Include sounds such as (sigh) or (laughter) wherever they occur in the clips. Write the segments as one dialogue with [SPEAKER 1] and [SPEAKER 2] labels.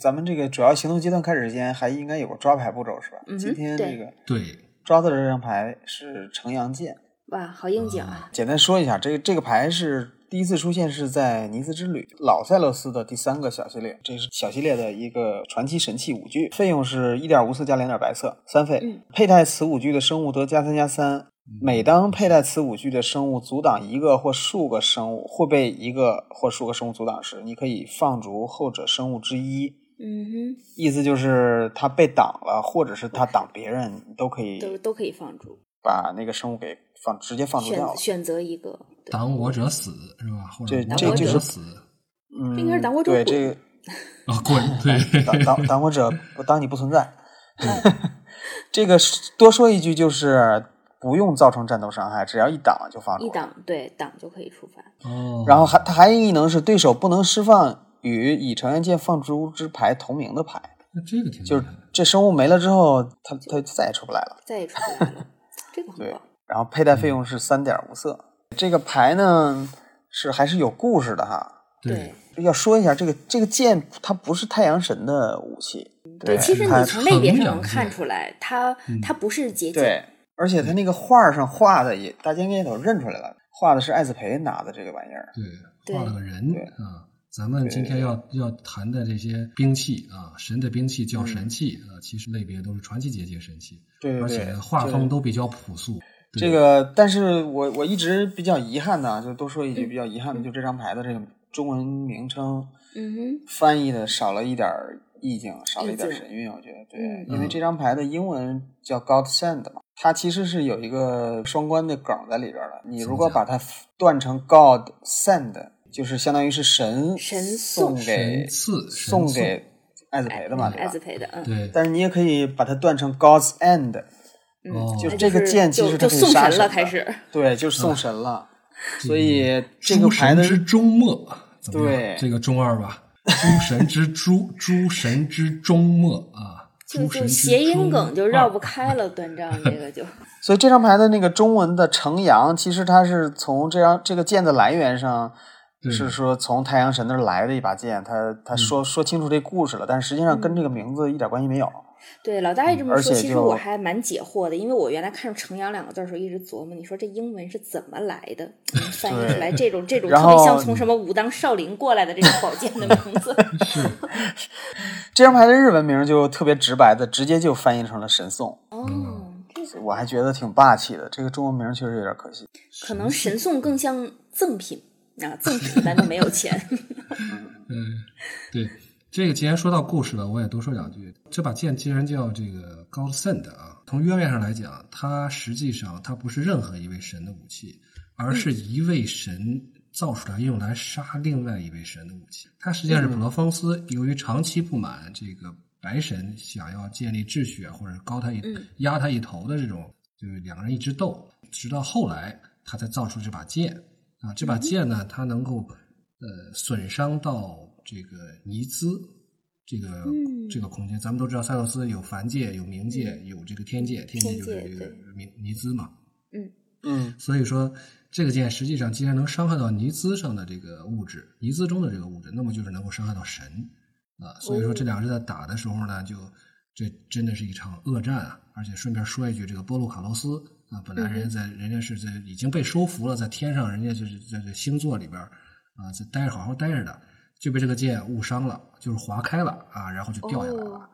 [SPEAKER 1] 咱们这个主要行动阶段开始之前，还应该有个抓牌步骤是吧？
[SPEAKER 2] 嗯哼
[SPEAKER 1] 今天这个
[SPEAKER 3] 对，
[SPEAKER 1] 抓到的这张牌是城阳剑，
[SPEAKER 2] 哇，好应景啊！
[SPEAKER 1] 简单说一下，这个这个牌是第一次出现是在尼斯之旅老塞勒斯的第三个小系列，这是小系列的一个传奇神器五具，费用是一点无色加两点白色，三费。
[SPEAKER 2] 嗯
[SPEAKER 1] 佩戴此五具的生物得加三加三。每当佩戴此五具的生物阻挡一个或数个生物或被一个或数个生物阻挡时，你可以放逐后者生物之一。
[SPEAKER 2] 嗯
[SPEAKER 1] 意思就是他被挡了，或者是他挡别人，你都可以
[SPEAKER 2] 哼，都都可以放逐，
[SPEAKER 1] 把那个生物给放直接放逐掉了
[SPEAKER 2] 选。选择一个，对
[SPEAKER 3] 挡我者死是吧？或
[SPEAKER 1] 这
[SPEAKER 3] 者我
[SPEAKER 2] 这
[SPEAKER 3] 者
[SPEAKER 2] 就
[SPEAKER 3] 者
[SPEAKER 2] 是
[SPEAKER 3] 死
[SPEAKER 1] 嗯，
[SPEAKER 2] 这应该是挡火者
[SPEAKER 1] 对
[SPEAKER 2] 滚
[SPEAKER 1] 这个
[SPEAKER 3] 啊，滚！
[SPEAKER 1] (laughs)
[SPEAKER 3] 对，
[SPEAKER 1] 挡挡挡火者不当你不存在。
[SPEAKER 2] 嗯
[SPEAKER 1] (laughs) 这个是多说一句就是不用造成战斗伤害，只要一挡就放逐
[SPEAKER 2] 一
[SPEAKER 1] 了。
[SPEAKER 2] 挡对挡就可以触发。
[SPEAKER 3] 哦，
[SPEAKER 1] 然后还它还有一能是对手不能释放与已成员键放逐之牌同名的牌，
[SPEAKER 3] 那这个挺厉
[SPEAKER 1] 就是
[SPEAKER 3] 害的
[SPEAKER 1] 这生物没了之后，它它就再也出不来了。
[SPEAKER 2] 再也出不来
[SPEAKER 1] (laughs)
[SPEAKER 2] 了，这个很
[SPEAKER 1] 对
[SPEAKER 2] 棒。
[SPEAKER 1] 然后佩戴费用是三点无色。这个牌呢是还是有故事的哈，
[SPEAKER 3] 对，
[SPEAKER 1] 要说一下这个这个剑，它不是太阳神的武器，
[SPEAKER 2] 对，其实
[SPEAKER 1] 它
[SPEAKER 2] 你从类别上
[SPEAKER 3] 成长
[SPEAKER 2] 能看
[SPEAKER 3] 性
[SPEAKER 2] 出来，它它不是捷
[SPEAKER 1] 嗯
[SPEAKER 2] 径，
[SPEAKER 1] 对，而且它那个画上画的也，大家应该都认出来了，画的是艾子培拿的这个玩意儿。
[SPEAKER 3] 对，
[SPEAKER 2] 对
[SPEAKER 3] 画了个人
[SPEAKER 1] 对
[SPEAKER 3] 啊。咱们今天要要谈的这些兵器啊，神的兵器叫神器啊，其实类别都是传奇结界神器，
[SPEAKER 1] 对嗯对
[SPEAKER 3] 而
[SPEAKER 1] 对
[SPEAKER 3] 且画
[SPEAKER 1] 这
[SPEAKER 3] 风都比较朴素。对嗯
[SPEAKER 1] 这个，但是我我一直比较遗憾的，就多说一句，比较遗憾的，就这张牌的这个中文名称
[SPEAKER 2] 嗯
[SPEAKER 1] 翻译的少了一点儿意境，少了一点儿
[SPEAKER 2] 意境
[SPEAKER 1] 神韵，我觉得对，
[SPEAKER 2] 嗯
[SPEAKER 1] 因为这张牌的英文叫 Godsend 嘛，它其实是有一个双关的梗在里边儿的。你如果把它断成 God send，就是相当于是神
[SPEAKER 2] 神
[SPEAKER 1] 送给
[SPEAKER 2] 送
[SPEAKER 3] 神赐
[SPEAKER 1] 送
[SPEAKER 3] 神送
[SPEAKER 1] 给艾子
[SPEAKER 2] 哼，
[SPEAKER 1] 培的嘛，
[SPEAKER 2] 嗯艾
[SPEAKER 1] 对
[SPEAKER 2] 滋
[SPEAKER 1] 吧？
[SPEAKER 2] 培的，嗯
[SPEAKER 3] 对，
[SPEAKER 1] 但是你也可以把它断成 God's end，
[SPEAKER 2] 嗯，
[SPEAKER 3] 哦
[SPEAKER 2] 那
[SPEAKER 1] 就这个
[SPEAKER 2] 是
[SPEAKER 1] 剑其
[SPEAKER 2] 就
[SPEAKER 1] 实它
[SPEAKER 2] 就是送
[SPEAKER 1] 杀
[SPEAKER 2] 神
[SPEAKER 1] 神
[SPEAKER 2] 了，
[SPEAKER 1] 的 (laughs)
[SPEAKER 2] 开始，
[SPEAKER 1] 对，就是送神了。
[SPEAKER 3] 这
[SPEAKER 1] 所以这个
[SPEAKER 3] 诸
[SPEAKER 1] 牌
[SPEAKER 3] 神
[SPEAKER 1] 的
[SPEAKER 3] 之周末怎么样
[SPEAKER 1] 对
[SPEAKER 3] 这个中二吧，诸神之诸诸神之周末啊，
[SPEAKER 2] 就
[SPEAKER 3] 诸神
[SPEAKER 2] 就
[SPEAKER 3] 之
[SPEAKER 2] 谐音
[SPEAKER 3] 中
[SPEAKER 2] 梗
[SPEAKER 1] 啊
[SPEAKER 2] 就绕不
[SPEAKER 3] 二
[SPEAKER 2] 开了，断章这个就
[SPEAKER 1] 所以这张牌的那个中文的城阳，其实它是从这张这个剑的来源上，
[SPEAKER 3] 对
[SPEAKER 1] 是说从太阳神那儿来的一把剑。他他说、说清楚这故事了，但实际上跟这个名字一点关系没有。
[SPEAKER 2] 对老大爷这
[SPEAKER 1] 嗯
[SPEAKER 2] 么
[SPEAKER 1] 而
[SPEAKER 2] 说，
[SPEAKER 1] 且
[SPEAKER 2] 其实
[SPEAKER 1] 就
[SPEAKER 2] 我还蛮解惑的，因为我原来看“城阳”两个字的时候，一直琢磨，你说这英文是怎么来的？怎么翻译出来这种这种
[SPEAKER 1] 然
[SPEAKER 2] 特别像
[SPEAKER 1] 后
[SPEAKER 2] 从什么武当少林过来的这种宝剑的名字？
[SPEAKER 1] 这张牌的日文名就特别直白的，直接就翻译成了神送。
[SPEAKER 2] 哦，这个
[SPEAKER 1] 嗯我还觉得挺霸气的，这个中文名确实有点可惜。
[SPEAKER 2] 可能神送更像赠品啊，赠品一般都没
[SPEAKER 1] (laughs)
[SPEAKER 2] 有钱。
[SPEAKER 3] 嗯，对，这个既然说到故事了，我也多说两句。这把剑既然叫这个 God Send 啊，从渊源上来讲，它实际上它不是任何一位神的武器，而是一位神造出来用来杀另外一位神的武器。它实际上是普罗方斯由于长期不满这个白神想要建立秩序啊或者高他一
[SPEAKER 2] 嗯
[SPEAKER 3] 压他一头的这种，就是两个人一直斗，直到后来他才造出这把剑。啊，这把剑呢，它能够呃损伤到这个尼兹这个、
[SPEAKER 2] 嗯
[SPEAKER 3] 这个空间。咱们都知道，塞勒斯有凡界、有冥界、有这个天界，天界
[SPEAKER 2] 天
[SPEAKER 3] 就是
[SPEAKER 2] 界
[SPEAKER 3] 这个
[SPEAKER 2] 对
[SPEAKER 3] 冥尼兹嘛。
[SPEAKER 1] 嗯，
[SPEAKER 3] 所以说，这个剑实际上既然能伤害到尼兹上的这个物质，尼兹中的这个物质，那么就是能够伤害到神啊。所以说，这两个人在打的时候呢，就这真的是一场恶战啊！而且顺便说一句，这个波路卡洛斯啊，本来人家在人家是在已经被收服了，在天上，人家就是在这星座里边儿啊，在待着好好待着的，就被这个剑误伤了，就是划开了啊，然后就掉下来了。
[SPEAKER 2] 哦，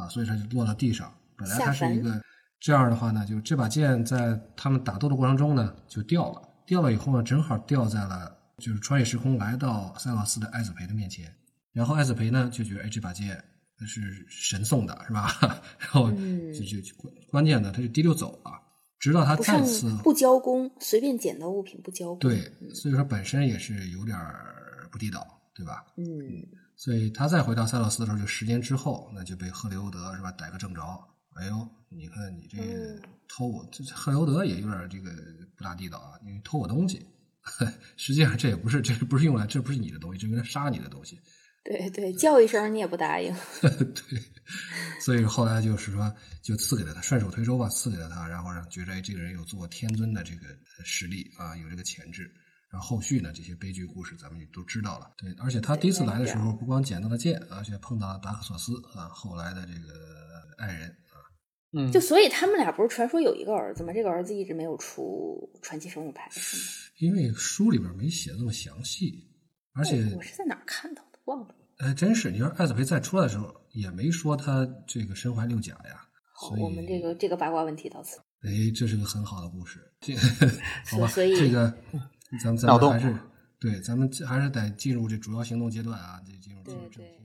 [SPEAKER 3] 啊，所以它就落到地上。本来
[SPEAKER 2] 下
[SPEAKER 3] 它是
[SPEAKER 2] 凡
[SPEAKER 3] 一个这样的话呢，就这把剑在他们打斗的过程中呢就掉了，掉了以后呢，正好掉在了就是穿越时空来到塞勒斯的艾子培的面前，然后艾子培呢就觉得哎这把剑是神送的是吧？ (laughs) 然后
[SPEAKER 2] 嗯
[SPEAKER 3] 就就就关关键呢他就提溜走了，直到他
[SPEAKER 2] 不
[SPEAKER 3] 再
[SPEAKER 2] 上
[SPEAKER 3] 次
[SPEAKER 2] 不交工，随便捡到物品不交工。嗯
[SPEAKER 3] 对，所以说本身也是有点儿不地道，对吧？
[SPEAKER 2] 嗯，
[SPEAKER 3] 所以他再回到塞勒斯的时候，就十年之后，那就被赫雷欧德是吧逮个正着。哎呦，你看你这
[SPEAKER 2] 嗯
[SPEAKER 3] 偷我，这赫雷欧德也有点这个不大地道啊，你偷我东西。 (laughs) 实际上这也不是，这不是用来，这不是你的东西，这应该杀你的东西。
[SPEAKER 2] 对对，叫一声你也不答应。
[SPEAKER 1] 嗯
[SPEAKER 3] 所以后来就是说，就赐给了他，顺手推舟呃吧，赐给了他，然后让觉得哎这个人有做天尊的这个实力啊，有这个潜质，然后后续呢，这些悲剧故事咱们也都知道了。对，而且他第一次来的时候，不光捡到了剑，而且碰到了达克索斯啊，后来的这个爱人啊。
[SPEAKER 1] 嗯，
[SPEAKER 2] 就所以他们俩不是传说有一个儿子吗？这个儿子一直没有出传奇生物牌，是吗？
[SPEAKER 3] 因为书里边没写那么详细，而且
[SPEAKER 2] 哎我我是在哪儿看到的，忘了。
[SPEAKER 3] 哎，真是，你说艾斯培再出来的时候也没说他这个身怀六甲呀。所以
[SPEAKER 2] 我们这个这个八卦问题到此。
[SPEAKER 3] 哎，这是个很好的故事，
[SPEAKER 2] (laughs)
[SPEAKER 3] 这好吧？
[SPEAKER 2] 所以
[SPEAKER 3] 这个咱们咱
[SPEAKER 1] 脑
[SPEAKER 3] 们
[SPEAKER 1] 洞
[SPEAKER 3] 还是对，咱们还是得进入这主要行动阶段啊，得进入进入
[SPEAKER 2] 对
[SPEAKER 3] 正题。
[SPEAKER 2] 对，